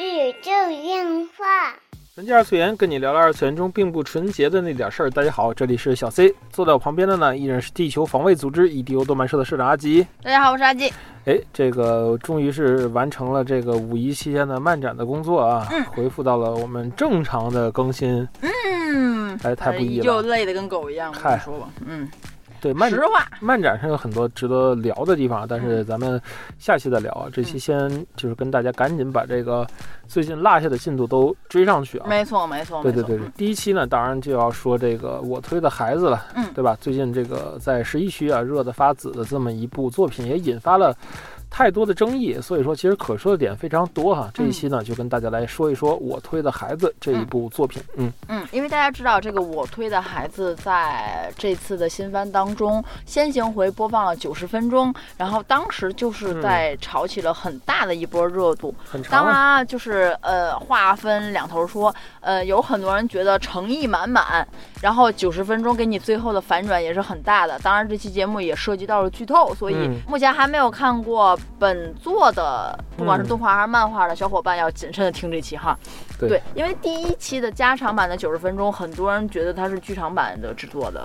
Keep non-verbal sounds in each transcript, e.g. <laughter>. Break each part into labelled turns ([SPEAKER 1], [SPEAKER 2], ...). [SPEAKER 1] 宇宙电话。
[SPEAKER 2] 纯洁二次元，跟你聊聊二次元中并不纯洁的那点事儿。大家好，这里是小 C，坐在我旁边的呢依然是地球防卫组织 EDO 动漫社的社长阿吉。
[SPEAKER 3] 大家好，我是阿基。
[SPEAKER 2] 哎，这个终于是完成了这个五一期间的漫展的工作啊，
[SPEAKER 3] 嗯
[SPEAKER 2] 恢复到了我们正常的更新。
[SPEAKER 3] 嗯，
[SPEAKER 2] 哎，太不易
[SPEAKER 3] 依旧
[SPEAKER 2] 了。
[SPEAKER 3] 累得跟狗一样，我
[SPEAKER 2] 嗨
[SPEAKER 3] 跟你说吧，嗯，
[SPEAKER 2] 对，漫
[SPEAKER 3] 实话，
[SPEAKER 2] 漫展上有很多值得聊的地方，但
[SPEAKER 3] 嗯
[SPEAKER 2] 是咱们下期再聊啊。这期先就是跟大家赶紧把这个最近落下的进度都追上去啊。
[SPEAKER 3] 没错，没错，
[SPEAKER 2] 对
[SPEAKER 3] 没
[SPEAKER 2] 对
[SPEAKER 3] 错，
[SPEAKER 2] 对，对，第一期呢，当然就要说这个我推的孩子了，
[SPEAKER 3] 嗯
[SPEAKER 2] 对吧？最近这个在十一区啊热得发紫的这么一部作品，也引发了太多的争议，所以说其实可说的点非常多
[SPEAKER 3] 嗯
[SPEAKER 2] 哈。这一期呢，就跟大家来说一说我推的孩子这一部作品，嗯，
[SPEAKER 3] 嗯，因为大家知道，这个我推的孩子在这次的新番当中，先行回播放了九十分钟，然后当时
[SPEAKER 2] 嗯
[SPEAKER 3] 就是在炒起了很大的一波热度。
[SPEAKER 2] 很长
[SPEAKER 3] 当然
[SPEAKER 2] 啊，
[SPEAKER 3] 啊，就是呃，话分两头说，呃，有很多人觉得诚意满满，然后九十分钟给你最后的反转也是很大的。当然，这期节目也涉及到了剧透，所以
[SPEAKER 2] 嗯
[SPEAKER 3] 目前还没有看过本作的，不管是
[SPEAKER 2] 嗯
[SPEAKER 3] 动画还是漫画的小伙伴，要谨慎的听这期哈。
[SPEAKER 2] 对
[SPEAKER 3] 对，因为第一期的加长版的九十分钟，很多人觉得它是剧场版的制作的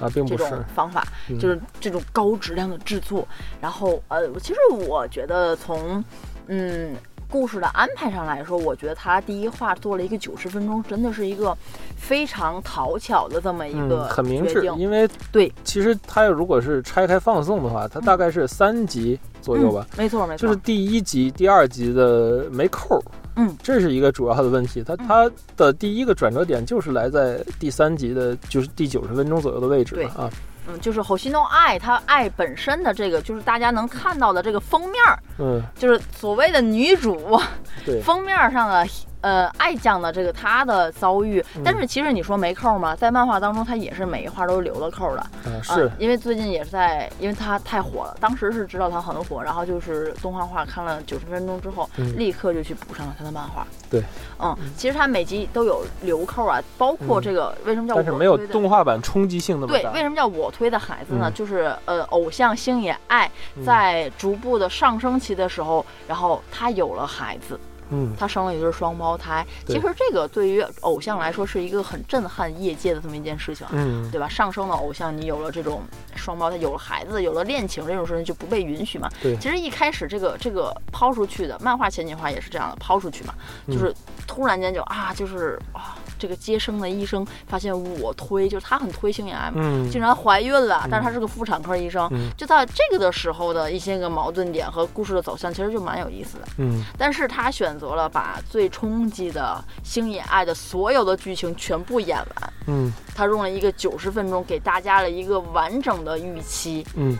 [SPEAKER 2] 啊，并不
[SPEAKER 3] 这种
[SPEAKER 2] 是，
[SPEAKER 3] 方法，
[SPEAKER 2] 嗯
[SPEAKER 3] 就是这种高质量的制作。然后呃，其实我觉得从嗯故事的安排上来说，我觉得他第一话做了一个九十分钟，真的是一个非常讨巧的这么一
[SPEAKER 2] 嗯，
[SPEAKER 3] 个
[SPEAKER 2] 很明
[SPEAKER 3] 决
[SPEAKER 2] 智，
[SPEAKER 3] 定。
[SPEAKER 2] 因为
[SPEAKER 3] 对，
[SPEAKER 2] 其实它如果是拆开放送的话，它大概是三集左右吧。
[SPEAKER 3] 嗯，没错没错，
[SPEAKER 2] 就是第一集、第二集的没扣儿，
[SPEAKER 3] 嗯，
[SPEAKER 2] 这是一个主要的问题。它
[SPEAKER 3] 嗯
[SPEAKER 2] 它的第一个转折点就是来在第三集的，就是第九十分钟左右的位置
[SPEAKER 3] 对
[SPEAKER 2] 啊，
[SPEAKER 3] 嗯，就是吼西诺爱他爱本身的这个，就是大家能看到的这个封面儿，
[SPEAKER 2] 嗯，
[SPEAKER 3] 就是所谓的女主
[SPEAKER 2] 对，
[SPEAKER 3] 封面上的呃爱酱的这个她的遭遇
[SPEAKER 2] 嗯，
[SPEAKER 3] 但是其实你说没扣吗？在漫画当中，她也是每一话都留了扣的，
[SPEAKER 2] 嗯是
[SPEAKER 3] 啊，因为最近也是在，因为她太火了，当时是知道她很火，然后就是动画化看了九十分钟之后，
[SPEAKER 2] 嗯
[SPEAKER 3] 立刻就去补上了她的漫画。
[SPEAKER 2] 对，
[SPEAKER 3] 嗯，其实她每集都有留扣啊，包括这个为什么叫我
[SPEAKER 2] 嗯但是没有
[SPEAKER 3] 推的
[SPEAKER 2] 动画版冲击性那么
[SPEAKER 3] 对，为
[SPEAKER 2] 大，
[SPEAKER 3] 什么叫我推的孩子呢？
[SPEAKER 2] 嗯
[SPEAKER 3] 就是呃，偶像星野爱
[SPEAKER 2] 嗯
[SPEAKER 3] 在逐步的上升期的时候，然后她有了孩子，
[SPEAKER 2] 嗯，
[SPEAKER 3] 她生了一对双胞胎。
[SPEAKER 2] 对
[SPEAKER 3] 其实这个对于偶像来说是一个很震撼业界的这么一件事情啊。
[SPEAKER 2] 嗯，
[SPEAKER 3] 对吧？上升的偶像，你有了这种双胞胎，有了孩子，有了恋情，这种事情就不被允许嘛。
[SPEAKER 2] 对
[SPEAKER 3] 其实一开始这个这个抛出去的漫画前几话也是这样的，抛出去嘛，
[SPEAKER 2] 嗯
[SPEAKER 3] 就是突然间就啊，就是啊，这个接生的医生发现我推，就是他很推星野爱嘛，
[SPEAKER 2] 嗯，
[SPEAKER 3] 竟然怀孕了
[SPEAKER 2] 嗯，
[SPEAKER 3] 但是她是个妇产科医生。
[SPEAKER 2] 嗯
[SPEAKER 3] 就在这个的时候的一些个矛盾点和故事的走向，其实就蛮有意思的。
[SPEAKER 2] 嗯，
[SPEAKER 3] 但是他选择了把最冲击的星野爱的所有的剧情全部演完，
[SPEAKER 2] 嗯，
[SPEAKER 3] 他用了一个九十分钟给大家了一个完整的预期，
[SPEAKER 2] 嗯，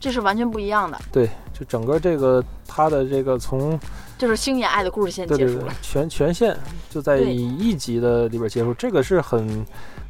[SPEAKER 3] 这是完全不一样的。
[SPEAKER 2] 对，就整个这个它的这个从
[SPEAKER 3] 就是星野爱的故事线
[SPEAKER 2] 对
[SPEAKER 3] 结
[SPEAKER 2] 对
[SPEAKER 3] 束
[SPEAKER 2] 对
[SPEAKER 3] 了。
[SPEAKER 2] 全全线就在
[SPEAKER 3] 对
[SPEAKER 2] 一集的里边结束，这个是很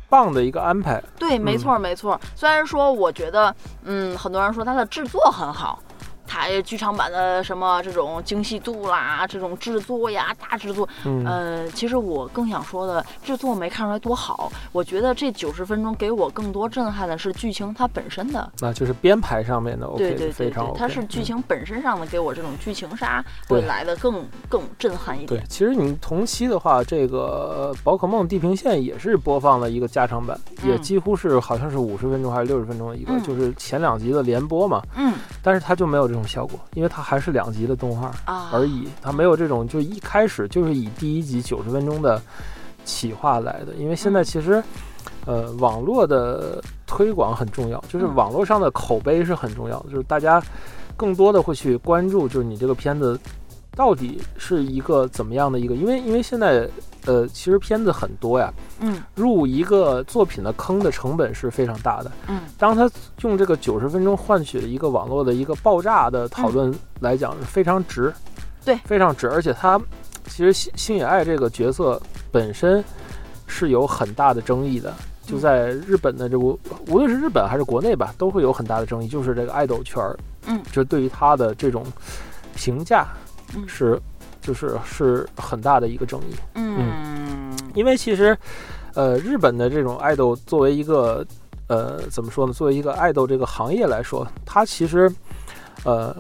[SPEAKER 2] 棒的一个安排，
[SPEAKER 3] 对，没
[SPEAKER 2] 嗯
[SPEAKER 3] 错儿没错儿。虽然说我觉得，嗯，很多人说它的制作很好，它剧场版的什么这种精细度啦，这种制作呀，大制作，
[SPEAKER 2] 嗯
[SPEAKER 3] 呃，其实我更想说的，制作没看出来多好。我觉得这九十分钟给我更多震撼的是剧情它本身的，
[SPEAKER 2] 那就是编排上面的 OK，
[SPEAKER 3] 对对
[SPEAKER 2] 非
[SPEAKER 3] 对
[SPEAKER 2] 常
[SPEAKER 3] 对，
[SPEAKER 2] OK，
[SPEAKER 3] 它是剧
[SPEAKER 2] 嗯
[SPEAKER 3] 情本身上的给我这种剧情杀
[SPEAKER 2] 对
[SPEAKER 3] 会来的更更震撼一
[SPEAKER 2] 对
[SPEAKER 3] 点。，
[SPEAKER 2] 其实你同期的话，这个呃宝可梦地平线也是播放了一个加长版，
[SPEAKER 3] 嗯
[SPEAKER 2] 也几乎是好像是五十分钟还是六十分钟的一个，
[SPEAKER 3] 嗯
[SPEAKER 2] 就是前两集的连播嘛。
[SPEAKER 3] 嗯
[SPEAKER 2] 但是它就没有这种效果，因为它还是两集的动画
[SPEAKER 3] 啊，
[SPEAKER 2] 而已，它没有这种就一开始就是以第一集九十分钟的企划来的。因为现在
[SPEAKER 3] 嗯
[SPEAKER 2] 其实，呃，网络的推广很重要，就是
[SPEAKER 3] 嗯
[SPEAKER 2] 网络上的口碑是很重要的，就是大家更多的会去关注，就是你这个片子到底是一个怎么样的一个，因为因为现在呃，其实片子很多呀，
[SPEAKER 3] 嗯
[SPEAKER 2] 入一个作品的坑的成本是非常大的。
[SPEAKER 3] 嗯，
[SPEAKER 2] 当他用这个九十分钟换取了一个网络的一个爆炸的讨论来讲，是非常值，
[SPEAKER 3] 对
[SPEAKER 2] 非常值。而且他其实星星野爱这个角色本身是有很大的争议的。就在日本的这部，无论是日本还是国内吧，都会有很大的争议，就是这个爱豆圈儿，
[SPEAKER 3] 嗯
[SPEAKER 2] 就是对于他的这种评价
[SPEAKER 3] 嗯
[SPEAKER 2] 是，就是是很大的一个争议。
[SPEAKER 3] 嗯
[SPEAKER 2] 因为其实，呃，日本的这种爱豆作为一个，呃，怎么说呢？作为一个爱豆这个行业来说，它其实，呃，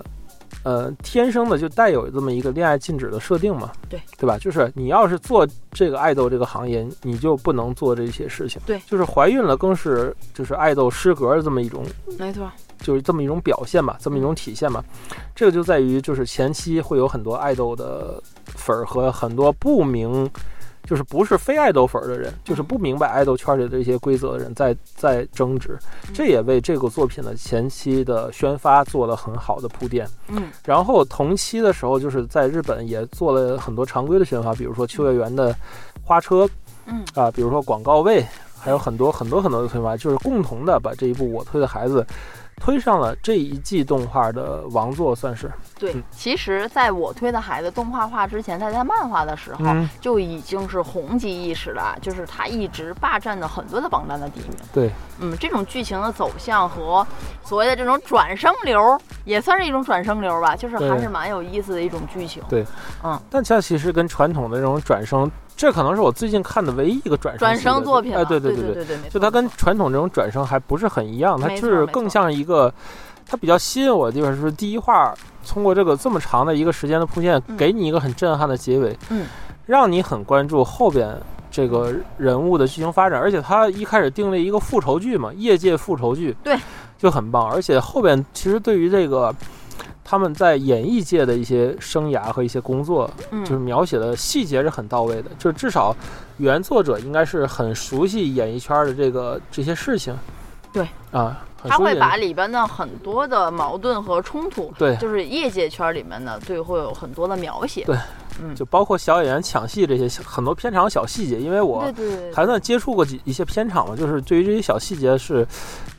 [SPEAKER 2] 呃，天生的就带有这么一个恋爱禁止的设定嘛，
[SPEAKER 3] 对
[SPEAKER 2] 对吧？就是你要是做这个爱豆这个行业，你就不能做这些事情。
[SPEAKER 3] 对
[SPEAKER 2] 就是怀孕了，更是就是爱豆失格这么一种
[SPEAKER 3] 没错，
[SPEAKER 2] 就是这么一种表现吧，这么一种体现吧。这个就在于，就是前期会有很多爱豆的粉儿和很多不明，就是不是非爱豆粉儿的人，就是不明白爱豆圈里的这些规则的人在在争执。这也为这个作品的前期的宣发做了很好的铺垫。
[SPEAKER 3] 嗯
[SPEAKER 2] 然后同期的时候，就是在日本也做了很多常规的宣发，比如说秋叶原的花车
[SPEAKER 3] 嗯
[SPEAKER 2] 啊，比如说广告位，还有很多很多很多的推法，就是共同的把这一部《我推的孩子》推上了这一季动画的王座，算是。
[SPEAKER 3] 对
[SPEAKER 2] 嗯。
[SPEAKER 3] 其实，在我推的孩子动画化之前，在他漫画的时候、
[SPEAKER 2] 嗯
[SPEAKER 3] 就已经是红极一时了，就是他一直霸占的很多的榜单的第一名。
[SPEAKER 2] 对，
[SPEAKER 3] 嗯，这种剧情的走向和所谓的这种转生流，也算是一种转生流吧，就是
[SPEAKER 2] 对
[SPEAKER 3] 还是蛮有意思的一种剧情。
[SPEAKER 2] 对但它其实跟传统的这种转生，这可能是我最近看的唯一一个转生
[SPEAKER 3] 转
[SPEAKER 2] 系列
[SPEAKER 3] 生
[SPEAKER 2] 的
[SPEAKER 3] 作品
[SPEAKER 2] 哎，
[SPEAKER 3] 了
[SPEAKER 2] 对
[SPEAKER 3] 对
[SPEAKER 2] 对
[SPEAKER 3] 对对，没
[SPEAKER 2] 就
[SPEAKER 3] 错
[SPEAKER 2] 它跟
[SPEAKER 3] 没错
[SPEAKER 2] 传统这种转生还不是很一样，它
[SPEAKER 3] 没
[SPEAKER 2] 就
[SPEAKER 3] 错
[SPEAKER 2] 是
[SPEAKER 3] 没
[SPEAKER 2] 更
[SPEAKER 3] 错
[SPEAKER 2] 像一个，它比较吸引我的地方是第一话通过这个这么长的一个时间的铺垫，
[SPEAKER 3] 嗯
[SPEAKER 2] 给你一个很震撼的结尾，
[SPEAKER 3] 嗯，
[SPEAKER 2] 让你很关注后边这个人物的剧情发展，而且它一开始定了一个复仇剧嘛，业界复仇剧，
[SPEAKER 3] 对，
[SPEAKER 2] 就很棒，而且后边其实对于这个。他们在演艺界的一些生涯和一些工作，
[SPEAKER 3] 嗯
[SPEAKER 2] 就是描写的细节是很到位的，就是至少原作者应该是很熟悉演艺圈的这个这些事情。
[SPEAKER 3] 对
[SPEAKER 2] 啊，很
[SPEAKER 3] 他
[SPEAKER 2] 熟
[SPEAKER 3] 会
[SPEAKER 2] 悉。
[SPEAKER 3] 把里边的很多的矛盾和冲突，
[SPEAKER 2] 对
[SPEAKER 3] 就是业界圈里面的，对，会有很多的描写。
[SPEAKER 2] 对
[SPEAKER 3] 嗯，
[SPEAKER 2] 就包括小演员抢戏这些小很多片场小细节，因为我
[SPEAKER 3] 对对对，
[SPEAKER 2] 还算接触过几一些片场嘛，就是对于这些小细节是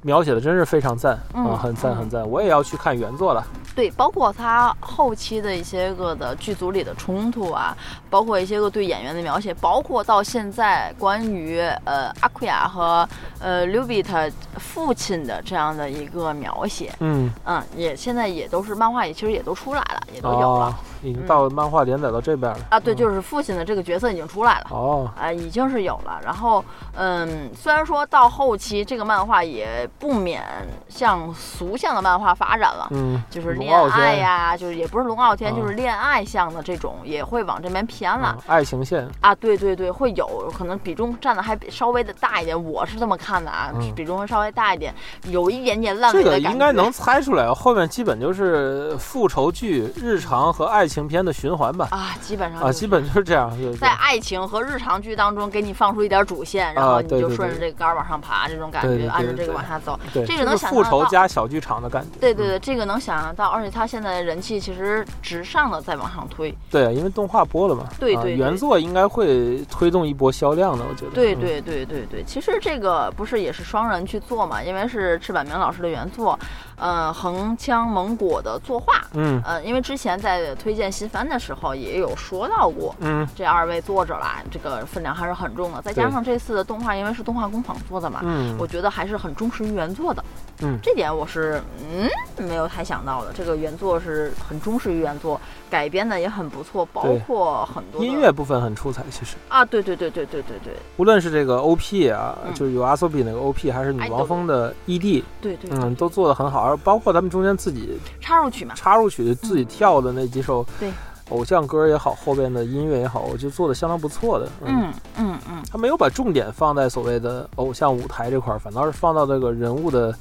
[SPEAKER 2] 描写的真是非常赞
[SPEAKER 3] 嗯
[SPEAKER 2] 啊，很赞
[SPEAKER 3] 嗯
[SPEAKER 2] 很赞。我也要去看原作了。
[SPEAKER 3] 对，包括他后期的一些个的剧组里的冲突啊，包括一些个对演员的描写，包括到现在关于呃阿库亚和呃 Lubit 父亲的这样的一个描写，
[SPEAKER 2] 嗯，
[SPEAKER 3] 嗯，也现在也都是漫画也其实也都出来了，也都有了、嗯
[SPEAKER 2] 哦，已经到漫画连载到这边了
[SPEAKER 3] 啊。对，
[SPEAKER 2] 嗯
[SPEAKER 3] 就是父亲的这个角色已经出来了。
[SPEAKER 2] 哦，
[SPEAKER 3] 啊，已经是有了。然后，嗯，虽然说到后期这个漫画也不免向俗向的漫画发展了，
[SPEAKER 2] 嗯，
[SPEAKER 3] 就是
[SPEAKER 2] 龙
[SPEAKER 3] 恋
[SPEAKER 2] 傲天
[SPEAKER 3] 爱、呀、就是也不是龙傲天，
[SPEAKER 2] 啊
[SPEAKER 3] 就是恋爱向的这种也会往这边偏了
[SPEAKER 2] 嗯，爱情线，
[SPEAKER 3] 啊。对对对，会有可能比重占的还比稍微的大一点，我是这么看的啊，
[SPEAKER 2] 嗯
[SPEAKER 3] 比重会稍微大一点，有一点点烂尾
[SPEAKER 2] 这
[SPEAKER 3] 的
[SPEAKER 2] 个
[SPEAKER 3] 感觉。
[SPEAKER 2] 应该能猜出来，后面基本就是复仇剧、日常和爱情片的循环吧。
[SPEAKER 3] 啊，基本上
[SPEAKER 2] 啊，
[SPEAKER 3] 就
[SPEAKER 2] 基
[SPEAKER 3] 是
[SPEAKER 2] 本就是这样。对对啊
[SPEAKER 3] 在啊爱情和日常剧当中给你放出一点主线，然后你
[SPEAKER 2] 对
[SPEAKER 3] 就
[SPEAKER 2] 对
[SPEAKER 3] 顺着
[SPEAKER 2] 对
[SPEAKER 3] 这个杆儿往上爬，这种感
[SPEAKER 2] 对对
[SPEAKER 3] 觉，
[SPEAKER 2] 对
[SPEAKER 3] 按照
[SPEAKER 2] 对
[SPEAKER 3] 这个
[SPEAKER 2] 对
[SPEAKER 3] 往下走。
[SPEAKER 2] 对，
[SPEAKER 3] 这
[SPEAKER 2] 就
[SPEAKER 3] 个能
[SPEAKER 2] 是
[SPEAKER 3] 想
[SPEAKER 2] 复
[SPEAKER 3] 象
[SPEAKER 2] 仇
[SPEAKER 3] 到
[SPEAKER 2] 加小剧场的感觉。嗯
[SPEAKER 3] 对对对，这个能想象到，而且它现在的人气其实直上的在往上推。
[SPEAKER 2] 对，因为动画播了嘛。
[SPEAKER 3] 对
[SPEAKER 2] 啊
[SPEAKER 3] 对对
[SPEAKER 2] 原作应该会推动一波销量的，我觉得。
[SPEAKER 3] 对
[SPEAKER 2] 嗯。
[SPEAKER 3] 对对对对，其实这个不是也是双人去做嘛，因为是赤坂明老师的原作，呃，横枪蒙果的作画，
[SPEAKER 2] 嗯
[SPEAKER 3] 呃，因为之前在推荐新番的时候也有说到过。
[SPEAKER 2] 嗯
[SPEAKER 3] 这二位作者啦，这个分量还是很重的。再加
[SPEAKER 2] 对
[SPEAKER 3] 上这次的动画，因为是动画工坊做的嘛，
[SPEAKER 2] 嗯
[SPEAKER 3] 我觉得还是很忠实于原作的。
[SPEAKER 2] 嗯
[SPEAKER 3] 这点我是嗯没有太想到的。这个原作是很忠实于原作，改编的也很不错，包
[SPEAKER 2] 对
[SPEAKER 3] 括很多的
[SPEAKER 2] 音乐部分很出彩，其实
[SPEAKER 3] 啊，对对对对对对对
[SPEAKER 2] 无论是这个 OP 啊，
[SPEAKER 3] 嗯
[SPEAKER 2] 就是有阿索比那个 OP，还是女王峰的 ED，
[SPEAKER 3] 对对，
[SPEAKER 2] 嗯，都做得很好，而包括咱们中间自己
[SPEAKER 3] 插入曲嘛，
[SPEAKER 2] 插入曲自己跳的那几首，
[SPEAKER 3] 对，
[SPEAKER 2] 偶像歌也好，后边的音乐也好，我觉得做的相当不错的。
[SPEAKER 3] 嗯嗯嗯，
[SPEAKER 2] 他没有把重点放在所谓的偶像舞台这块儿，反倒是放到这个人物的，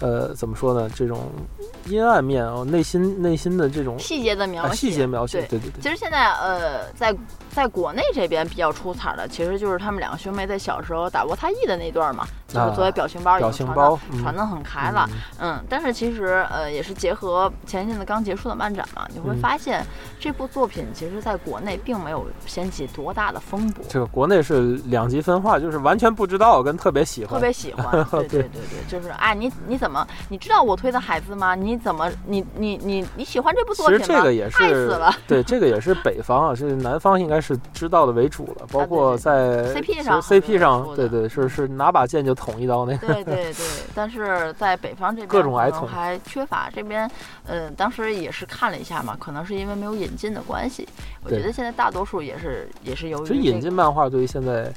[SPEAKER 2] 呃，怎么说呢？这种阴暗面哦，内心内心的这种
[SPEAKER 3] 细节的描
[SPEAKER 2] 啊
[SPEAKER 3] 写，
[SPEAKER 2] 细节描写，对
[SPEAKER 3] 对
[SPEAKER 2] 对对，
[SPEAKER 3] 其实现在呃，在在国内这边比较出彩的，其实就是他们两个兄妹在小时候打渥太义的那段嘛，就是作为表情包
[SPEAKER 2] 啊
[SPEAKER 3] 已
[SPEAKER 2] 表
[SPEAKER 3] 经
[SPEAKER 2] 情
[SPEAKER 3] 传的、
[SPEAKER 2] 包嗯
[SPEAKER 3] 传的很开了。
[SPEAKER 2] 嗯
[SPEAKER 3] 嗯，但是其实呃，也是结合前阵子刚结束的漫展嘛，你会
[SPEAKER 2] 嗯
[SPEAKER 3] 发现这部作品其实在国内并没有掀起多大的风波。
[SPEAKER 2] 这个国内是两极分化，就是完全不知道跟特别喜
[SPEAKER 3] 特
[SPEAKER 2] 欢，
[SPEAKER 3] 别喜
[SPEAKER 2] <laughs>
[SPEAKER 3] 欢，对对对对，就是哎，你你怎么你知道我推的孩子吗？你怎么你你你你喜欢这部
[SPEAKER 2] 其
[SPEAKER 3] 作品
[SPEAKER 2] 实
[SPEAKER 3] 吗？
[SPEAKER 2] 这个也
[SPEAKER 3] 害死
[SPEAKER 2] 是
[SPEAKER 3] 了，
[SPEAKER 2] 对，这个也是北方啊，是南方应该是知道的为主了，包括在
[SPEAKER 3] 啊对对
[SPEAKER 2] 其实
[SPEAKER 3] CP 上很多
[SPEAKER 2] CP
[SPEAKER 3] 人
[SPEAKER 2] 上，
[SPEAKER 3] 说
[SPEAKER 2] 对
[SPEAKER 3] 的
[SPEAKER 2] 对，是是拿把剑就捅一刀那个，
[SPEAKER 3] 对对对，但是在北方这边
[SPEAKER 2] 各种
[SPEAKER 3] 可能
[SPEAKER 2] 挨捅
[SPEAKER 3] 还缺乏这边，呃，当时也是看了一下嘛，可能是因为没有引进的关系，我觉
[SPEAKER 2] 对
[SPEAKER 3] 得现在大多数也是也是由于
[SPEAKER 2] 其实
[SPEAKER 3] 这
[SPEAKER 2] 引
[SPEAKER 3] 个
[SPEAKER 2] 进漫画对于现在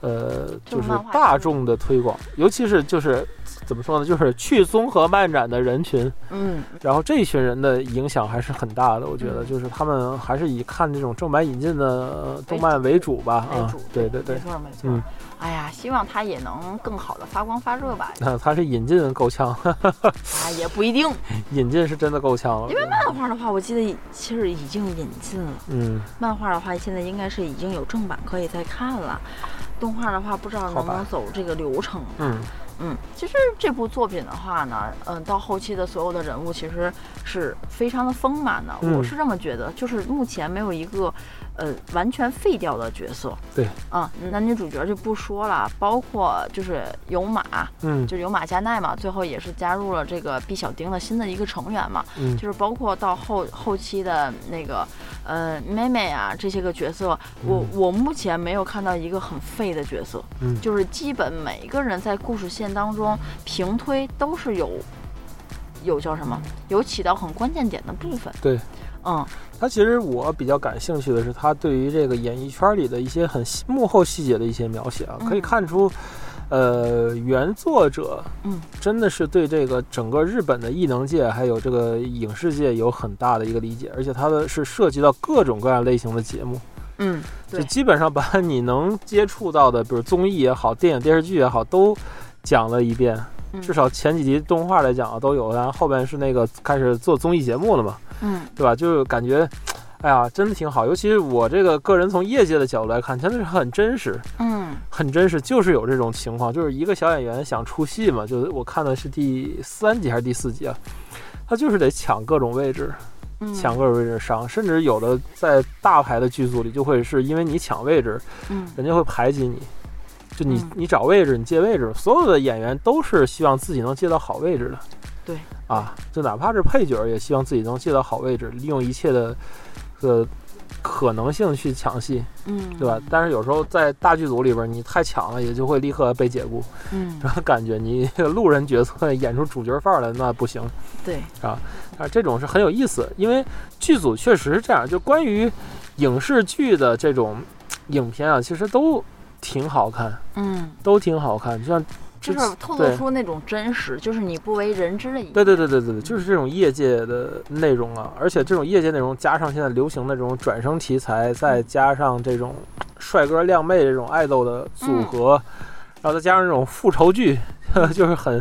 [SPEAKER 2] 呃，就
[SPEAKER 3] 就是漫画
[SPEAKER 2] 大
[SPEAKER 3] 书
[SPEAKER 2] 众的推广，尤其是就是怎么说呢，就是去综合漫展的人群，
[SPEAKER 3] 嗯，
[SPEAKER 2] 然后这一群人的影响还是很大的。我觉得，
[SPEAKER 3] 嗯
[SPEAKER 2] 就是他们还是以看这种正版引进的呃动
[SPEAKER 3] 为
[SPEAKER 2] 漫为主吧，
[SPEAKER 3] 为
[SPEAKER 2] 啊
[SPEAKER 3] 主，
[SPEAKER 2] 对对对
[SPEAKER 3] 没，错没错。
[SPEAKER 2] 嗯
[SPEAKER 3] 哎呀，希望它也能更好的发光发
[SPEAKER 2] <laughs>
[SPEAKER 3] 热吧。
[SPEAKER 2] 那他是引进够呛， <laughs>
[SPEAKER 3] 啊，也不一定。
[SPEAKER 2] 引进是真的够呛了
[SPEAKER 3] 因。为漫画的话，我记得其实已经引进了。
[SPEAKER 2] 嗯，
[SPEAKER 3] 漫画的话，现在应该是已经有正版可以再看了。动画的话，不知道
[SPEAKER 2] 好
[SPEAKER 3] 能不
[SPEAKER 2] 吧
[SPEAKER 3] 能走这个流程。
[SPEAKER 2] 嗯，
[SPEAKER 3] 嗯，其实这部作品的话呢，嗯，到后期的所有的人物其实是非常的丰满的，
[SPEAKER 2] 嗯
[SPEAKER 3] 我是这么觉得，就是目前没有一个，呃，完全废掉的角色。
[SPEAKER 2] 对，
[SPEAKER 3] 啊、男女主角就不说了，包括就是有马，
[SPEAKER 2] 嗯
[SPEAKER 3] 就是有马加奈嘛，最后也是加入了这个毕小丁的新的一个成员嘛，
[SPEAKER 2] 嗯
[SPEAKER 3] 就是包括到后后期的那个呃妹妹啊这些个角色，我、我目前没有看到一个很废的角色，
[SPEAKER 2] 嗯
[SPEAKER 3] 就是基本每一个人在故事线当中平推都是有有叫什么有起到很关键点的部分，
[SPEAKER 2] 对。
[SPEAKER 3] 嗯，
[SPEAKER 2] 他其实我比较感兴趣的是，他对于这个演艺圈里的一些很细幕后细节的一些描写啊，
[SPEAKER 3] 嗯
[SPEAKER 2] 可以看出，呃，原作者
[SPEAKER 3] 嗯
[SPEAKER 2] 真的是对这个整个日本的艺能界还有这个影视界有很大的一个理解，而且他的是涉及到各种各样类型的节目，
[SPEAKER 3] 嗯，
[SPEAKER 2] 就
[SPEAKER 3] 对
[SPEAKER 2] 基本上把你能接触到的，比如综艺也好，电影电视剧也好，都讲了一遍。
[SPEAKER 3] 嗯
[SPEAKER 2] 至少前几集动画来讲啊都有，然后后边是那个开始做综艺节目了嘛。
[SPEAKER 3] 嗯
[SPEAKER 2] 对吧？就是感觉，哎呀，真的挺好。尤其是我这个个人从业界的角度来看，真的是很真实，
[SPEAKER 3] 嗯
[SPEAKER 2] 很真实，就是有这种情况，就是一个小演员想出戏嘛，就是我看的是第三集还是第四集啊，他就是得抢各种位置，
[SPEAKER 3] 嗯，
[SPEAKER 2] 抢各种位置上，甚至有的在大牌的剧组里，就会是因为你抢位置，
[SPEAKER 3] 嗯
[SPEAKER 2] 人家会排挤你。就你
[SPEAKER 3] 嗯，
[SPEAKER 2] 你找位置，你借位置，所有的演员都是希望自己能借到好位置的。
[SPEAKER 3] 对，
[SPEAKER 2] 啊，就哪怕是配角，也希望自己能借到好位置，利用一切的呃可能性去抢戏，
[SPEAKER 3] 嗯，
[SPEAKER 2] 对吧？？但是有时候在大剧组里边，你太抢了，也就会立刻被解雇。
[SPEAKER 3] 嗯，
[SPEAKER 2] 然后感觉你 <laughs> 路人角色演出主角范儿来，那不行。 <laughs>
[SPEAKER 3] 对，
[SPEAKER 2] 啊，这种是很有意思，因为剧组确实是这样。就关于影视剧的这种影片啊，其实都挺好看，
[SPEAKER 3] 嗯。
[SPEAKER 2] 都挺好看。就像之
[SPEAKER 3] 就是
[SPEAKER 2] 前
[SPEAKER 3] 透
[SPEAKER 2] 对
[SPEAKER 3] 露出那种真实，就是你不为人知的一面。
[SPEAKER 2] 对对对对对，对，就是这种业界的内容啊，而且这种业界内容加上现在流行的这种转生题材，再加上这种帅哥靓妹这种爱豆的组合，
[SPEAKER 3] 嗯
[SPEAKER 2] 然后再加上这种复仇剧， <laughs> 就是很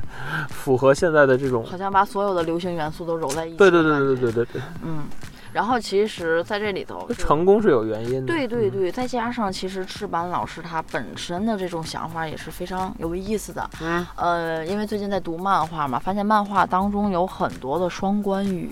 [SPEAKER 2] 符合现在的这种。
[SPEAKER 3] 好像把所有的流行元素都揉在一起。
[SPEAKER 2] 对对对对对对对，
[SPEAKER 3] 嗯，然后其实在这里头
[SPEAKER 2] 这
[SPEAKER 3] 就，
[SPEAKER 2] 成功是有原因的。
[SPEAKER 3] 对
[SPEAKER 2] 嗯，
[SPEAKER 3] 对对，再加上其实赤坂老师他本身的这种想法也是非常有意思的。
[SPEAKER 2] 嗯，
[SPEAKER 3] 呃，因为最近在读漫画嘛，发现漫画当中有很多的双关语，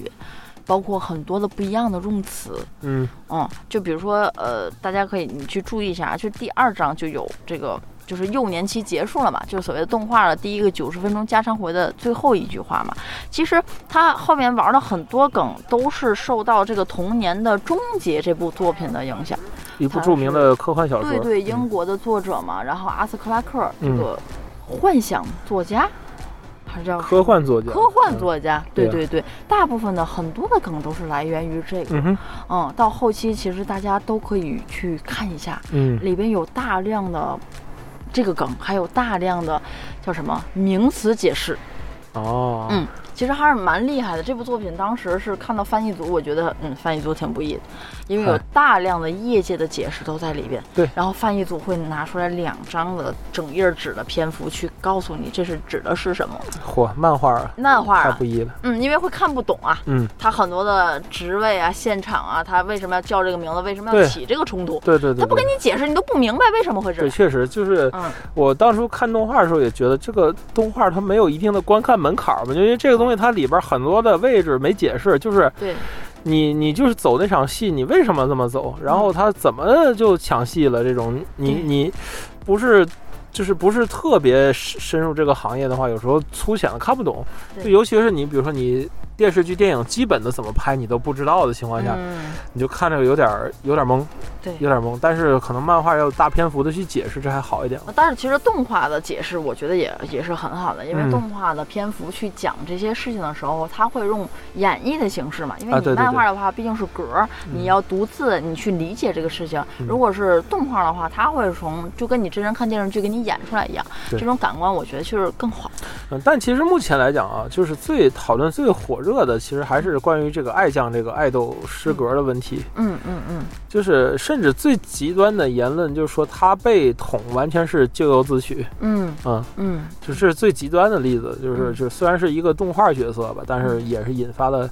[SPEAKER 3] 包括很多的不一样的用词。
[SPEAKER 2] 嗯
[SPEAKER 3] 嗯，就比如说，呃，大家可以你去注意一下，啊就第二章就有这个，就是幼年期结束了嘛，就是所谓的动画的第一个九十分钟加长回的最后一句话嘛。其实他后面玩的很多梗都是受到这个《童年的终结》这部作品的影响。
[SPEAKER 2] 一部著名的科幻小说。
[SPEAKER 3] 对对，
[SPEAKER 2] 嗯
[SPEAKER 3] 英国的作者嘛，然后阿斯克拉克这
[SPEAKER 2] 嗯
[SPEAKER 3] 个幻想作家，还是叫
[SPEAKER 2] 科幻作家。
[SPEAKER 3] 科幻作家，对
[SPEAKER 2] 对啊
[SPEAKER 3] 对对，大部分的很多的梗都是来源于这个。
[SPEAKER 2] 嗯。嗯哼，
[SPEAKER 3] 嗯，到后期其实大家都可以去看一下，
[SPEAKER 2] 嗯，
[SPEAKER 3] 里边有大量的这个梗，还有大量的叫什么名词解释，
[SPEAKER 2] 哦，
[SPEAKER 3] 嗯其实还是蛮厉害的。这部作品当时是看到翻译组，我觉得嗯，翻译组挺不易的，因为有
[SPEAKER 2] 嗨
[SPEAKER 3] 大量的业界的解释都在里边。
[SPEAKER 2] 对
[SPEAKER 3] 然后翻译组会拿出来两张的整页纸的篇幅去告诉你这是指的是什么
[SPEAKER 2] 嚯，漫画啊
[SPEAKER 3] 漫画
[SPEAKER 2] 太
[SPEAKER 3] 啊
[SPEAKER 2] 不，易了。
[SPEAKER 3] 嗯，因为会看不懂啊，
[SPEAKER 2] 嗯，
[SPEAKER 3] 它很多的职位啊、现场啊，它为什么要叫这个名字，为什么要
[SPEAKER 2] 对
[SPEAKER 3] 起这个冲突，
[SPEAKER 2] 对对对。
[SPEAKER 3] 他不
[SPEAKER 2] 对
[SPEAKER 3] 跟你解释，你都不明白为什么会这
[SPEAKER 2] 对，
[SPEAKER 3] 样。
[SPEAKER 2] 确实就是
[SPEAKER 3] 嗯，
[SPEAKER 2] 我当初看动画的时候也觉得这个动画它没有一定的观看门槛儿嘛，就因为这个东西它里边很多的位置没解释，就是
[SPEAKER 3] 对，
[SPEAKER 2] 你你就是走那场戏，你为什么这么走，然后他怎么就抢戏了这种，你
[SPEAKER 3] 嗯对
[SPEAKER 2] 你不是。就是不是特别深深入这个行业的话，有时候粗浅的看不懂。
[SPEAKER 3] 对
[SPEAKER 2] 就尤其是你，比如说你电视剧、电影基本的怎么拍你都不知道的情况下，
[SPEAKER 3] 嗯，
[SPEAKER 2] 你就看着有点儿有点儿懵，
[SPEAKER 3] 对。
[SPEAKER 2] 有点儿懵。但是可能漫画要大篇幅的去解释，这还好一点。
[SPEAKER 3] 但是其实动画的解释，我觉得也也是很好的，因
[SPEAKER 2] 嗯
[SPEAKER 3] 为动画的篇幅去讲这些事情的时候，它会用演绎的形式嘛。因
[SPEAKER 2] 啊
[SPEAKER 3] 为你
[SPEAKER 2] 对对
[SPEAKER 3] 漫
[SPEAKER 2] 对
[SPEAKER 3] 画的话，毕竟是格儿，你要独自你去理解这个事情。
[SPEAKER 2] 嗯
[SPEAKER 3] 如果是动画的话，它会从就跟你真人看电视剧给你演出来一样，
[SPEAKER 2] 对
[SPEAKER 3] 这种感官我觉得就是更好。
[SPEAKER 2] 嗯，但其实目前来讲啊，就是最讨论最火热的，其实还是关于这个爱酱这个爱豆失格的问题。
[SPEAKER 3] 嗯嗯嗯，
[SPEAKER 2] 就是甚至最极端的言论，就是说他被捅完全是咎由自取。
[SPEAKER 3] 嗯
[SPEAKER 2] 嗯，
[SPEAKER 3] 嗯，
[SPEAKER 2] 就是最极端的例子，就是
[SPEAKER 3] 嗯
[SPEAKER 2] 就是虽然是一个动画角色吧，但是也是引发了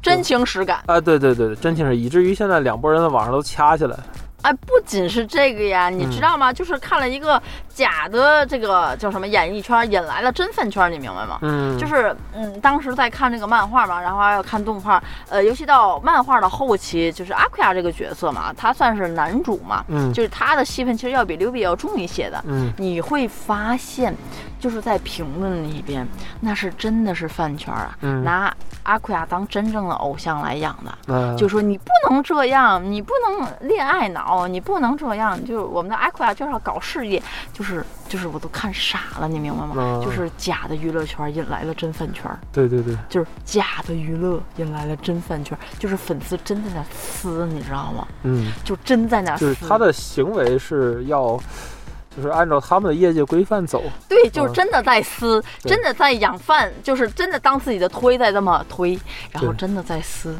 [SPEAKER 3] 真情实感。
[SPEAKER 2] 啊，对对对对，真情是，以至于现在两拨人在网上都掐起来。
[SPEAKER 3] 哎，不仅是这个呀，你
[SPEAKER 2] 嗯
[SPEAKER 3] 知道吗？就是看了一个假的这个叫什么演艺圈，引来了真饭圈，你明白吗？
[SPEAKER 2] 嗯，
[SPEAKER 3] 就是嗯，当时在看这个漫画嘛，然后还有看动画，呃，尤其到漫画的后期，就是阿奎亚这个角色嘛，他算是男主嘛，
[SPEAKER 2] 嗯
[SPEAKER 3] 就是他的戏份其实要比刘比要重一些的。
[SPEAKER 2] 嗯，
[SPEAKER 3] 你会发现，就是在评论里边，那是真的是饭圈啊，
[SPEAKER 2] 嗯
[SPEAKER 3] 拿阿奎亚当真正的偶像来养的。
[SPEAKER 2] 那
[SPEAKER 3] 就说你不能这样，你不能恋爱脑，你不能这样。就是我们的 Aqua 就是要搞事业，就是就是我都看傻了，你明白吗？
[SPEAKER 2] 嗯
[SPEAKER 3] 就是假的娱乐圈引来了真饭圈，
[SPEAKER 2] 对对对，
[SPEAKER 3] 就是假的娱乐引来了真饭圈，就是粉丝真在那撕，你知道吗？
[SPEAKER 2] 嗯，
[SPEAKER 3] 就真在那撕。
[SPEAKER 2] 就是他的行为是要，就是按照他们的业界规范走。
[SPEAKER 3] 对，就是
[SPEAKER 2] 嗯
[SPEAKER 3] 真的在撕，
[SPEAKER 2] 对
[SPEAKER 3] 真的在养饭，就是真的当自己的推在这么推，然后
[SPEAKER 2] 对
[SPEAKER 3] 真的在撕，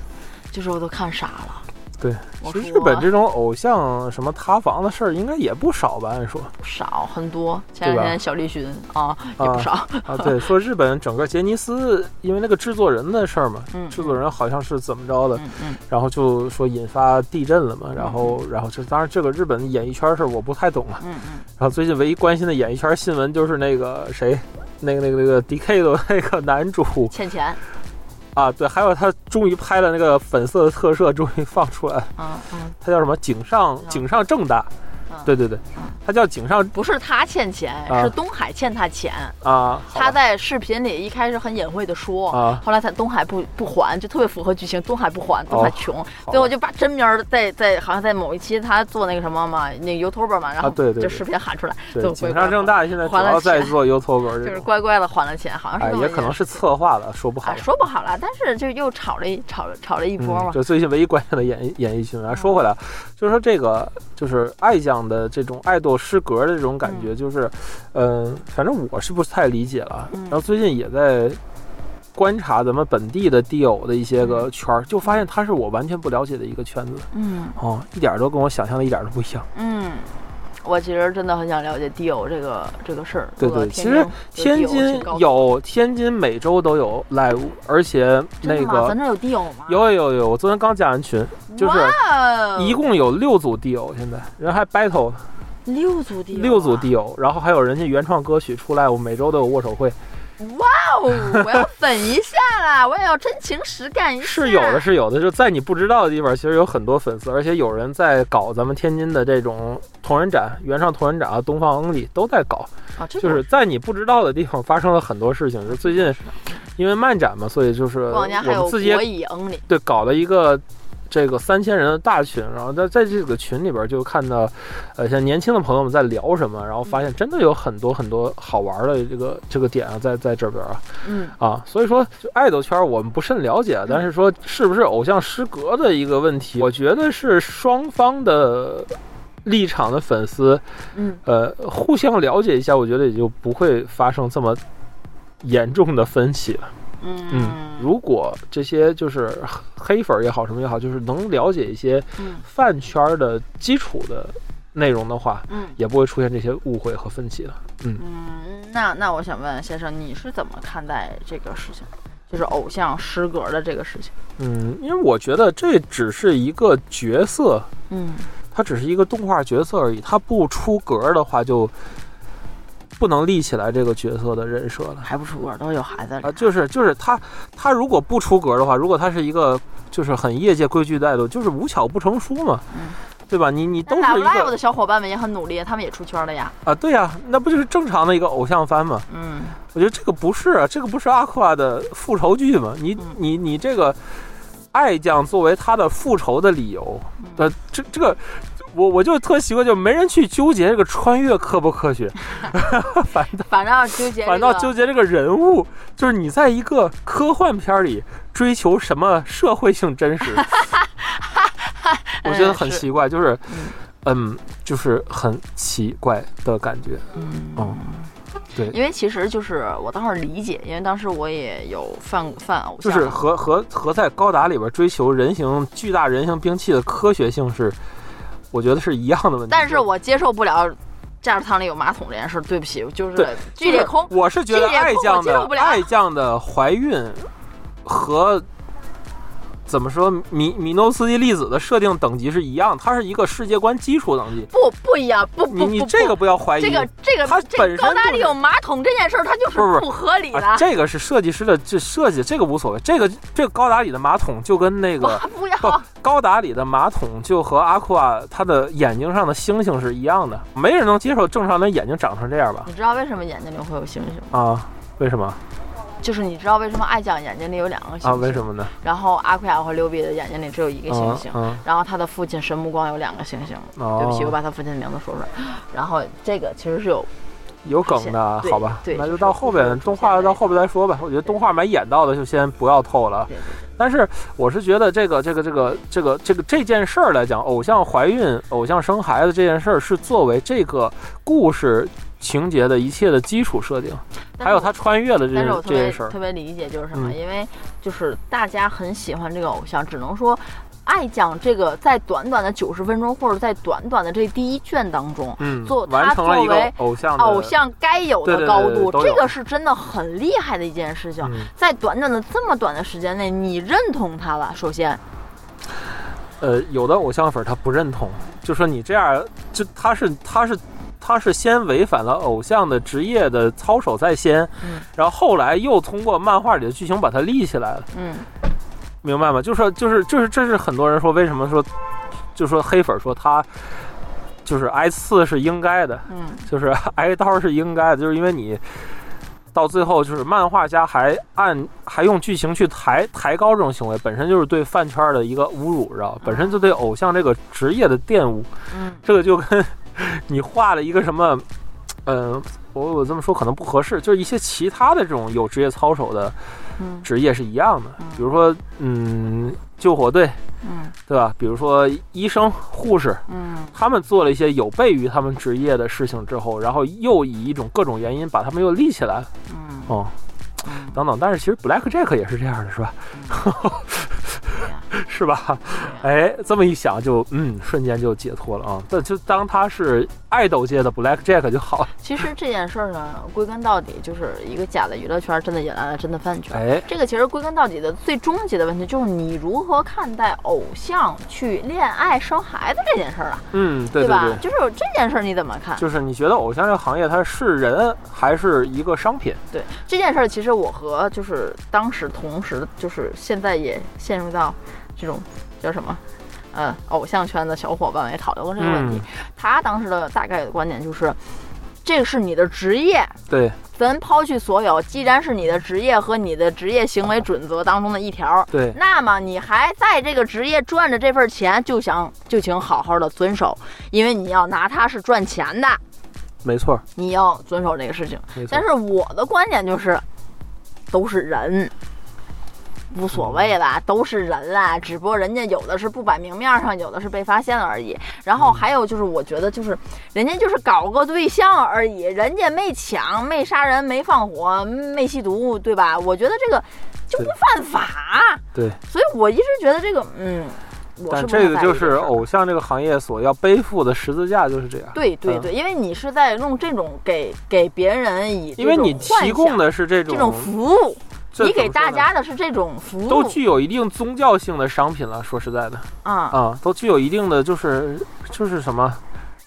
[SPEAKER 3] 就是我都看傻了。
[SPEAKER 2] 对，
[SPEAKER 3] 我
[SPEAKER 2] 其
[SPEAKER 3] 说
[SPEAKER 2] 实日本这种偶像什么塌房的事儿应该也不少吧？按说
[SPEAKER 3] 不少很多，前
[SPEAKER 2] 对吧
[SPEAKER 3] 两天小栗旬啊也不少，
[SPEAKER 2] 啊，对，说日本整个杰尼斯因为那个制作人的事儿嘛，
[SPEAKER 3] 嗯
[SPEAKER 2] 制作人好像是怎么着的，
[SPEAKER 3] 嗯嗯，
[SPEAKER 2] 然后就说引发地震了嘛，然后然后这当然这个日本演艺圈儿事儿我不太懂啊，
[SPEAKER 3] 嗯嗯，
[SPEAKER 2] 然后最近唯一关心的演艺圈新闻就是那个谁，那个那个那个 D K 的那个男主
[SPEAKER 3] 欠钱，
[SPEAKER 2] 啊，对，还有他终于拍了那个粉色的特摄，终于放出来，
[SPEAKER 3] 嗯嗯，
[SPEAKER 2] 他叫什么？井上井上正大
[SPEAKER 3] 嗯，
[SPEAKER 2] 对对对，他叫井上
[SPEAKER 3] 不是他欠钱，
[SPEAKER 2] 啊
[SPEAKER 3] 是东海欠他钱。
[SPEAKER 2] 啊，好吧
[SPEAKER 3] 他在视频里一开始很隐晦的说，
[SPEAKER 2] 啊
[SPEAKER 3] 后来他东海不不还，就特别符合剧情，东海不还，东海穷，
[SPEAKER 2] 吧
[SPEAKER 3] 最后就把真名儿在在好像在某一期他做那个什么嘛，那个 YouTuber 嘛，然后
[SPEAKER 2] 啊对对对
[SPEAKER 3] 就视频喊出来，最
[SPEAKER 2] 对
[SPEAKER 3] 后
[SPEAKER 2] 井
[SPEAKER 3] 乖乖
[SPEAKER 2] 上正大现在主
[SPEAKER 3] 还了
[SPEAKER 2] 要在
[SPEAKER 3] 钱
[SPEAKER 2] 做 YouTube
[SPEAKER 3] 就
[SPEAKER 2] 这
[SPEAKER 3] 是
[SPEAKER 2] 种，
[SPEAKER 3] 乖乖的还了钱，好像是
[SPEAKER 2] 哎
[SPEAKER 3] 这，么
[SPEAKER 2] 也
[SPEAKER 3] 一
[SPEAKER 2] 可能
[SPEAKER 3] 件
[SPEAKER 2] 是策划了，说不好
[SPEAKER 3] 啊，。说不好了，但是就又炒了一炒了炒了一波嘛
[SPEAKER 2] 嗯。，这最近唯一关键的演艺演艺新闻。啊说回来，就是说这个就是爱酱的这种爱豆失格的这种感觉，就是，嗯、反正我是不太理解了。
[SPEAKER 3] 嗯
[SPEAKER 2] 然后最近也在观察咱们本地的地偶的一些个圈儿，就发现它是我完全不了解的一个圈子
[SPEAKER 3] 嗯
[SPEAKER 2] 哦，一点儿都跟我想象的一点儿都不一样。
[SPEAKER 3] 嗯，我其实真的很想了解地友这个这个事儿。
[SPEAKER 2] 对
[SPEAKER 3] 如果
[SPEAKER 2] 对，其
[SPEAKER 3] 天
[SPEAKER 2] 实天
[SPEAKER 3] 津有地友
[SPEAKER 2] 津
[SPEAKER 3] 请告诉
[SPEAKER 2] 有天津每周都有 live，而且
[SPEAKER 3] 我
[SPEAKER 2] 那
[SPEAKER 3] 真的吗？
[SPEAKER 2] 个
[SPEAKER 3] 咱这有地友吗？
[SPEAKER 2] 有有有，我昨天刚加完群，就是
[SPEAKER 3] 哇哦
[SPEAKER 2] 一共有六组地友，现在人还 battle 呢
[SPEAKER 3] 六组地友啊，
[SPEAKER 2] 六组地友，然后还有人家原创歌曲出来，我每周都有握手会，
[SPEAKER 3] 哇哦！我要粉一下啦，我也要真啊情实感一下。
[SPEAKER 2] 是有的，是有的，就在你不知道的地方，其实有很多粉丝，而且有人在搞咱们天津的这种同人展、原创同人展啊，东方恩里都在搞，
[SPEAKER 3] 啊，这
[SPEAKER 2] 就
[SPEAKER 3] 种
[SPEAKER 2] 是在你不知道的地方发生了很多事情。就最近因为漫展嘛，所以就是
[SPEAKER 3] 过
[SPEAKER 2] 我
[SPEAKER 3] 两年还
[SPEAKER 2] 们
[SPEAKER 3] 有国
[SPEAKER 2] 自己也
[SPEAKER 3] 乙恩里，
[SPEAKER 2] 对搞了一个。这个三千人的大群，然后在在这个群里边就看到，呃，像年轻的朋友们在聊什么，然后发现真的有很多很多好玩的这个这个点啊，在在这边啊，
[SPEAKER 3] 嗯，
[SPEAKER 2] 啊，所以说就爱豆圈我们不甚了解，但是说是不是偶像失格的一个问题，我觉得是双方的立场的粉丝，
[SPEAKER 3] 嗯，
[SPEAKER 2] 呃，互相了解一下，我觉得也就不会发生这么严重的分歧了。
[SPEAKER 3] 嗯
[SPEAKER 2] 嗯，如果这些就是黑粉儿也好，什么也好，就是能了解一些
[SPEAKER 3] 嗯
[SPEAKER 2] 饭圈儿的基础的内容的话，
[SPEAKER 3] 嗯
[SPEAKER 2] 也不会出现这些误会和分歧了。
[SPEAKER 3] 嗯，那那我想问先生，你是怎么看待这个事情？就是偶像失格的这个事情？
[SPEAKER 2] 嗯，因为我觉得这只是一个角色。
[SPEAKER 3] 嗯
[SPEAKER 2] 它只是一个动画角色而已，它不出格儿的话就不能立起来这个角色的人设了
[SPEAKER 3] 还不出格，都有孩子了
[SPEAKER 2] 啊！就是就是他他如果不出格儿的话，如果他是一个就是很业界规矩的爱豆，就是无巧不成书嘛
[SPEAKER 3] 嗯。
[SPEAKER 2] 对吧？你你都是一
[SPEAKER 3] Love Live
[SPEAKER 2] 个
[SPEAKER 3] 的小伙伴们也很努力，他们也出圈了呀。
[SPEAKER 2] 啊，对呀、那不就是正常的一个偶像番吗？
[SPEAKER 3] 嗯，
[SPEAKER 2] 我觉得这个不是啊，这个不是阿库亚的复仇剧吗？你
[SPEAKER 3] 嗯
[SPEAKER 2] 你你这个爱将作为他的复仇的理由
[SPEAKER 3] 嗯
[SPEAKER 2] 的这这个，我我就特奇怪，就没人去纠结这个穿越科不科学，
[SPEAKER 3] 反倒纠
[SPEAKER 2] 嗯
[SPEAKER 3] 结、这个，
[SPEAKER 2] 反倒纠结这个人物，就是你在一个科幻片里追求什么社会性真
[SPEAKER 3] <laughs>
[SPEAKER 2] 实，我觉得很
[SPEAKER 3] 哎是
[SPEAKER 2] 奇怪，就是
[SPEAKER 3] 嗯
[SPEAKER 2] 嗯，就是很奇怪的感觉，
[SPEAKER 3] 嗯
[SPEAKER 2] 嗯，对。
[SPEAKER 3] 因为其实就是我当时理解，因为当时我也有犯犯偶
[SPEAKER 2] 就
[SPEAKER 3] 像，
[SPEAKER 2] 是和和和在高达里边追求人形巨大人形兵器的科学性是，我觉得是一样的问题。
[SPEAKER 3] 但是我接受不了驾驶舱里有马桶这件事，对不起，就是
[SPEAKER 2] 对
[SPEAKER 3] 剧烈空
[SPEAKER 2] 就是我是觉得
[SPEAKER 3] 剧烈空
[SPEAKER 2] 爱酱
[SPEAKER 3] 我接
[SPEAKER 2] 的
[SPEAKER 3] 受不了
[SPEAKER 2] 爱酱的怀孕和怎么说米米诺斯基粒子的设定等级是一样，它是一个世界观基础等级。
[SPEAKER 3] 不不一样，不
[SPEAKER 2] 你
[SPEAKER 3] 不
[SPEAKER 2] 你
[SPEAKER 3] 不
[SPEAKER 2] 这个
[SPEAKER 3] 不
[SPEAKER 2] 不要怀疑，
[SPEAKER 3] 这个这个
[SPEAKER 2] 它
[SPEAKER 3] 这
[SPEAKER 2] 本身
[SPEAKER 3] 高达
[SPEAKER 2] 就是
[SPEAKER 3] 里有马桶这件事，它就是
[SPEAKER 2] 不是不是
[SPEAKER 3] 不合理的。
[SPEAKER 2] 啊，这个是设计师的这设计，这个无所谓。这个这个高达里的马桶就跟那个
[SPEAKER 3] 哇，不要！
[SPEAKER 2] 不，高达里的马桶就和阿库啊他的眼睛上的星星是一样的，没人能接受正常的眼睛长成这样吧？
[SPEAKER 3] <laughs> 你知道为什么眼睛里会有星星吗？
[SPEAKER 2] 啊，为什么
[SPEAKER 3] 就是你知道为什么爱酱眼睛里有两个星星？
[SPEAKER 2] 啊？为什么呢？
[SPEAKER 3] 然后阿奎亚和刘比的眼睛里只有一个星星，
[SPEAKER 2] 嗯，
[SPEAKER 3] 然后他的父亲神目光有两个星星。
[SPEAKER 2] 嗯哦、
[SPEAKER 3] 对不起，我把他父亲的名字说出来。然后这个其实是有
[SPEAKER 2] 有梗的啊，
[SPEAKER 3] 对
[SPEAKER 2] 好吧，
[SPEAKER 3] 对
[SPEAKER 2] 那
[SPEAKER 3] 就
[SPEAKER 2] 就是到后
[SPEAKER 3] 就是
[SPEAKER 2] 边动画
[SPEAKER 3] 现在
[SPEAKER 2] 到后边再说吧。我觉得动画没演到的就先不要透了
[SPEAKER 3] 对对。
[SPEAKER 2] 但是我是觉得这个这个这个这个这个这件事儿来讲，偶像怀孕、偶像生孩子这件事儿是作为这个故事情节的一切的基础设定，还有他穿越的这
[SPEAKER 3] 但
[SPEAKER 2] 件
[SPEAKER 3] 是
[SPEAKER 2] 这
[SPEAKER 3] 我特别
[SPEAKER 2] 件事儿。
[SPEAKER 3] 特别理解就是什么，
[SPEAKER 2] 嗯
[SPEAKER 3] 因为就是大家很喜欢这个偶像，只能说。爱讲这个，在短短的九十分钟，或者在短短的这第一卷当中，
[SPEAKER 2] 嗯，
[SPEAKER 3] 做
[SPEAKER 2] 完
[SPEAKER 3] 他
[SPEAKER 2] 成
[SPEAKER 3] 作
[SPEAKER 2] 了一个
[SPEAKER 3] 为
[SPEAKER 2] 偶像的
[SPEAKER 3] 偶，像该有
[SPEAKER 2] 对
[SPEAKER 3] 的
[SPEAKER 2] 对对
[SPEAKER 3] 高
[SPEAKER 2] 嗯对
[SPEAKER 3] 度，
[SPEAKER 2] 都
[SPEAKER 3] 这
[SPEAKER 2] 有
[SPEAKER 3] 个是真的很厉害的一件事情。
[SPEAKER 2] 嗯，
[SPEAKER 3] 在短短的这么短的时间内，你认同他了，首先，
[SPEAKER 2] 呃，有的偶像粉儿他不认同，就说你这样，就他是他是他是先违反了偶像的职业的操守在先，
[SPEAKER 3] 嗯
[SPEAKER 2] 然后后来又通过漫画里的剧情把它立起来了，
[SPEAKER 3] 嗯，
[SPEAKER 2] 明白吗？就说就是就是这是很多人说为什么说，就说黑粉儿说他。就是挨刺是应该的，
[SPEAKER 3] 嗯，
[SPEAKER 2] 就是挨刀是应该的，就是因为你到最后就是漫画家还按还用剧情去抬抬高这种行为，本身就是对饭圈的一个侮辱，知道吧本身就对偶像这个职业的玷污，
[SPEAKER 3] 嗯，
[SPEAKER 2] 这个就跟 <laughs> 你画了一个什么，嗯、我我这么说可能不合适，就是一些其他的这种有职业操守的
[SPEAKER 3] 嗯，
[SPEAKER 2] 职业是一样的
[SPEAKER 3] 嗯，
[SPEAKER 2] 比如说嗯救火队，
[SPEAKER 3] 嗯，
[SPEAKER 2] 对吧？比如说医生、护士，
[SPEAKER 3] 嗯，
[SPEAKER 2] 他们做了一些有悖于他们职业的事情之后，然后又以一种各种原因把他们又立起来，
[SPEAKER 3] 嗯，
[SPEAKER 2] 哦，
[SPEAKER 3] 嗯，
[SPEAKER 2] 等等。但是其实 Black Jack 也是这样的，是吧？
[SPEAKER 3] 啊
[SPEAKER 2] <laughs> 是吧？哎，这么一想就嗯，瞬间就解脱了啊。但就当他是爱豆界的 Black Jack 就好了。
[SPEAKER 3] 其实这件事儿呢，归根到底就是一个假的娱乐圈，真的引来了真的饭圈。 <laughs>
[SPEAKER 2] 哎，
[SPEAKER 3] 这个其实归根到底的最终极的问题就是你如何看待偶像去恋爱生孩子这件事儿啊，
[SPEAKER 2] 嗯，对对
[SPEAKER 3] 吧？
[SPEAKER 2] 对，
[SPEAKER 3] 就是这件事儿你怎么看？
[SPEAKER 2] 就是你觉得偶像这个行业它是人还是一个商品？
[SPEAKER 3] 对这件事儿，其实我和就是当时同时就是现在也陷入到这种叫什么，呃，偶像圈的小伙伴也讨论过这个问题。
[SPEAKER 2] 嗯
[SPEAKER 3] 他当时的大概的观点就是，这个是你的职业，
[SPEAKER 2] 对，
[SPEAKER 3] 咱抛去所有，既然是你的职业和你的职业行为准则当中的一条，
[SPEAKER 2] 对
[SPEAKER 3] 那么你还在这个职业赚着这份钱，就想就请好好的遵守，因为你要拿它是赚钱的，
[SPEAKER 2] 没错，
[SPEAKER 3] 你要遵守这个事情。
[SPEAKER 2] 没错。
[SPEAKER 3] 但是我的观点就是，都是人。无所
[SPEAKER 2] 嗯
[SPEAKER 3] 谓啦，都是人啦，只不过人家有的是不摆明面上，有的是被发现了而已。然
[SPEAKER 2] 嗯
[SPEAKER 3] 后还有就是，我觉得就是，人家就是搞个对象而已，人家没抢、没杀人、没放火、没吸毒，对吧？我觉得这个就不
[SPEAKER 2] 对
[SPEAKER 3] 犯法，
[SPEAKER 2] 对，
[SPEAKER 3] 所以我一直觉得这个，嗯，我是
[SPEAKER 2] 但
[SPEAKER 3] 不太
[SPEAKER 2] 这个
[SPEAKER 3] 在意
[SPEAKER 2] 就是
[SPEAKER 3] 事儿
[SPEAKER 2] 偶像这个行业所要背负的十字架，就是这样。
[SPEAKER 3] 对对对，因为你是在用这种给给别人以
[SPEAKER 2] 因为你
[SPEAKER 3] 这种幻
[SPEAKER 2] 提供
[SPEAKER 3] 想
[SPEAKER 2] 的是这种
[SPEAKER 3] 这种服务，
[SPEAKER 2] 这
[SPEAKER 3] 你
[SPEAKER 2] 怎
[SPEAKER 3] 给
[SPEAKER 2] 么说
[SPEAKER 3] 大
[SPEAKER 2] 呢
[SPEAKER 3] 家的是这种服务，
[SPEAKER 2] 都具有一定宗教性的商品了。说实在的
[SPEAKER 3] 啊
[SPEAKER 2] 啊，都具有一定的就是就是什么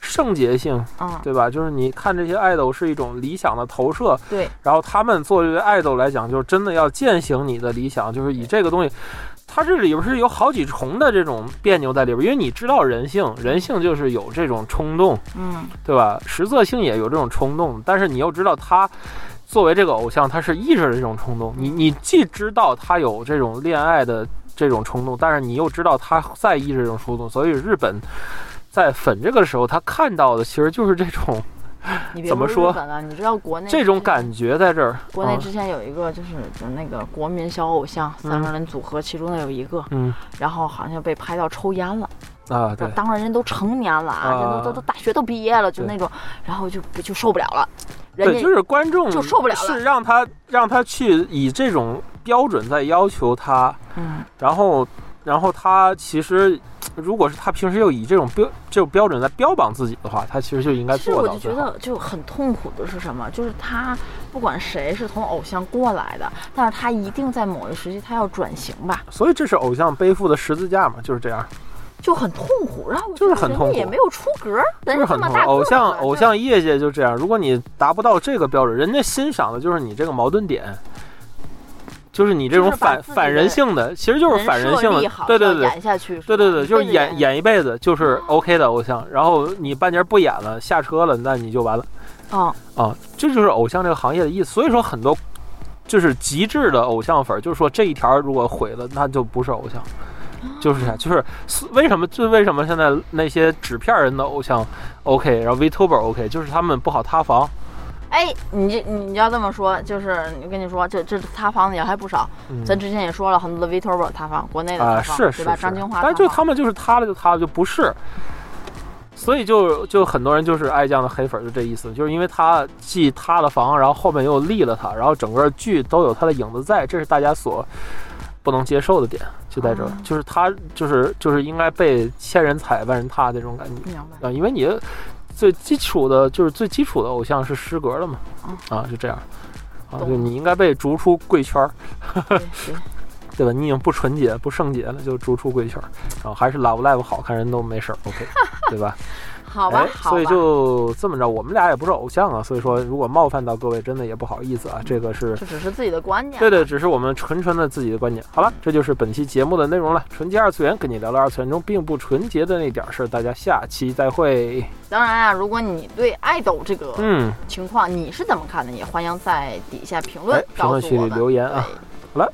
[SPEAKER 2] 圣洁性，
[SPEAKER 3] 啊，
[SPEAKER 2] 对吧？就是你看这些爱豆是一种理想的投射，
[SPEAKER 3] 对
[SPEAKER 2] 然后他们作为爱豆来讲，就是真的要践行你的理想，就是以这个东西。它这里边是有好几重的这种别扭在里边，因为你知道人性，人性就是有这种冲动，
[SPEAKER 3] 嗯
[SPEAKER 2] 对吧？实色性也有这种冲动，但是你又知道他作为这个偶像，他是抑制了这种冲动。你你既知道他有这种恋爱的这种冲动，但是你又知道他在抑制这种冲动，所以日本在粉这个时候，他看到的其实就是这种
[SPEAKER 3] 你别
[SPEAKER 2] 怎么
[SPEAKER 3] 日
[SPEAKER 2] 说
[SPEAKER 3] 本了，你知道国内
[SPEAKER 2] 这种
[SPEAKER 3] 之前
[SPEAKER 2] 感觉在这儿。
[SPEAKER 3] 国内
[SPEAKER 2] 嗯
[SPEAKER 3] 之前有一个就是就那个国民小偶像三个人组合，其中的有一个，
[SPEAKER 2] 嗯
[SPEAKER 3] 然后好像被拍到抽烟了。
[SPEAKER 2] 啊，对，
[SPEAKER 3] 当然人都成年了啊，人
[SPEAKER 2] 啊
[SPEAKER 3] 都都都大学都毕业了，就
[SPEAKER 2] 对
[SPEAKER 3] 那种，然后就不就受不了了。人
[SPEAKER 2] 对，
[SPEAKER 3] 家
[SPEAKER 2] 就是观众
[SPEAKER 3] 就受不了了
[SPEAKER 2] 是让他让他去以这种标准在要求他，
[SPEAKER 3] 嗯
[SPEAKER 2] 然后，然后他其实，如果是他平时又以这种标这种标准来标榜自己的话，他其实就应该
[SPEAKER 3] 其实
[SPEAKER 2] 做
[SPEAKER 3] 我
[SPEAKER 2] 到
[SPEAKER 3] 就
[SPEAKER 2] 最
[SPEAKER 3] 觉
[SPEAKER 2] 好。
[SPEAKER 3] 得就很痛苦的是什么？就是他不管谁是从偶像过来的，但是他一定在某一时期他要转型吧，
[SPEAKER 2] 所以这是偶像背负的十字架嘛，就是这样，
[SPEAKER 3] 就很痛苦。然后我
[SPEAKER 2] 就是
[SPEAKER 3] 觉得
[SPEAKER 2] 很
[SPEAKER 3] 人
[SPEAKER 2] 痛
[SPEAKER 3] 家也
[SPEAKER 2] 苦
[SPEAKER 3] 没有出格，
[SPEAKER 2] 就
[SPEAKER 3] 但
[SPEAKER 2] 是
[SPEAKER 3] 这
[SPEAKER 2] 很
[SPEAKER 3] 么
[SPEAKER 2] 痛
[SPEAKER 3] 大。
[SPEAKER 2] 偶
[SPEAKER 3] 个
[SPEAKER 2] 像
[SPEAKER 3] 儿
[SPEAKER 2] 偶
[SPEAKER 3] 就
[SPEAKER 2] 像业界就这样，如果你达不到这个标准，人家欣赏的就是你这个矛盾点。就是你这
[SPEAKER 3] 就
[SPEAKER 2] 种
[SPEAKER 3] 是把
[SPEAKER 2] 反
[SPEAKER 3] 自己
[SPEAKER 2] 反人
[SPEAKER 3] 的
[SPEAKER 2] 性的，其实就是反人
[SPEAKER 3] 设
[SPEAKER 2] 性的
[SPEAKER 3] 立好，
[SPEAKER 2] 对对
[SPEAKER 3] 要
[SPEAKER 2] 对，
[SPEAKER 3] 演下去，
[SPEAKER 2] 对对对，就是演
[SPEAKER 3] 演
[SPEAKER 2] 演一辈子就是
[SPEAKER 3] 嗯
[SPEAKER 2] OK 的偶像，然后你半截不演了，下车了，那你就完了
[SPEAKER 3] 啊，
[SPEAKER 2] 啊！这就是偶像这个行业的意思。所以说很多就是极致的偶像粉儿，就是说这一条如果毁了，那就不是偶像，就是啥，就是为什么就为什么现在那些纸片人的偶像 OK，然后 VTuber OK，就是他们不好塌房。
[SPEAKER 3] 哎，你这你要这么说，就是我跟你说，这这塌房的也还不少。
[SPEAKER 2] 嗯
[SPEAKER 3] 咱之前也说了很多的 Vtuber 塌房，国内的
[SPEAKER 2] 啊，
[SPEAKER 3] 塌房，
[SPEAKER 2] 是是
[SPEAKER 3] 对吧？
[SPEAKER 2] 是
[SPEAKER 3] 张金华塌房，
[SPEAKER 2] 但就他们就是塌了就塌了，就不是。所以就就很多人就是爱酱的黑粉，就这意思，就是因为他既塌了房，然后后面又立了他，然后整个剧都有他的影子在，这是大家所不能接受的点，就在这儿，
[SPEAKER 3] 啊
[SPEAKER 2] 就是他就是就是应该被千人踩万人踏那种感觉
[SPEAKER 3] 明白。
[SPEAKER 2] 啊，因为你最基础的就是最基础的偶像是失格了嘛
[SPEAKER 3] 嗯，
[SPEAKER 2] 啊，就这样，啊，
[SPEAKER 3] 懂
[SPEAKER 2] 就你应该被逐出贵圈儿，
[SPEAKER 3] 对对
[SPEAKER 2] 对吧？你已经不纯洁、不圣洁了，就逐出贵圈儿，然后还是 Love Live 好看，人都没事儿，OK，对
[SPEAKER 3] <laughs>
[SPEAKER 2] 吧？
[SPEAKER 3] 好吧
[SPEAKER 2] 哎，
[SPEAKER 3] 好吧。
[SPEAKER 2] 所以就这么着，我们俩也不是偶像啊，所以说如果冒犯到各位，真的也不好意思啊，这个是。
[SPEAKER 3] 这只是自己的观念。
[SPEAKER 2] 对对，只是我们纯纯的自己的观点。好了，这就是本期节目的内容了。纯洁二次元，跟你聊聊二次元中并不纯洁的那点儿事儿。大家下期再会。
[SPEAKER 3] 当然啊，如果你对爱豆这个
[SPEAKER 2] 嗯，
[SPEAKER 3] 情况你是怎么看的，也欢迎在底下评
[SPEAKER 2] 哎
[SPEAKER 3] 论，
[SPEAKER 2] 评
[SPEAKER 3] 告
[SPEAKER 2] 论
[SPEAKER 3] 诉
[SPEAKER 2] 区
[SPEAKER 3] 我
[SPEAKER 2] 里
[SPEAKER 3] 们
[SPEAKER 2] 留言啊。
[SPEAKER 3] 对
[SPEAKER 2] 好了，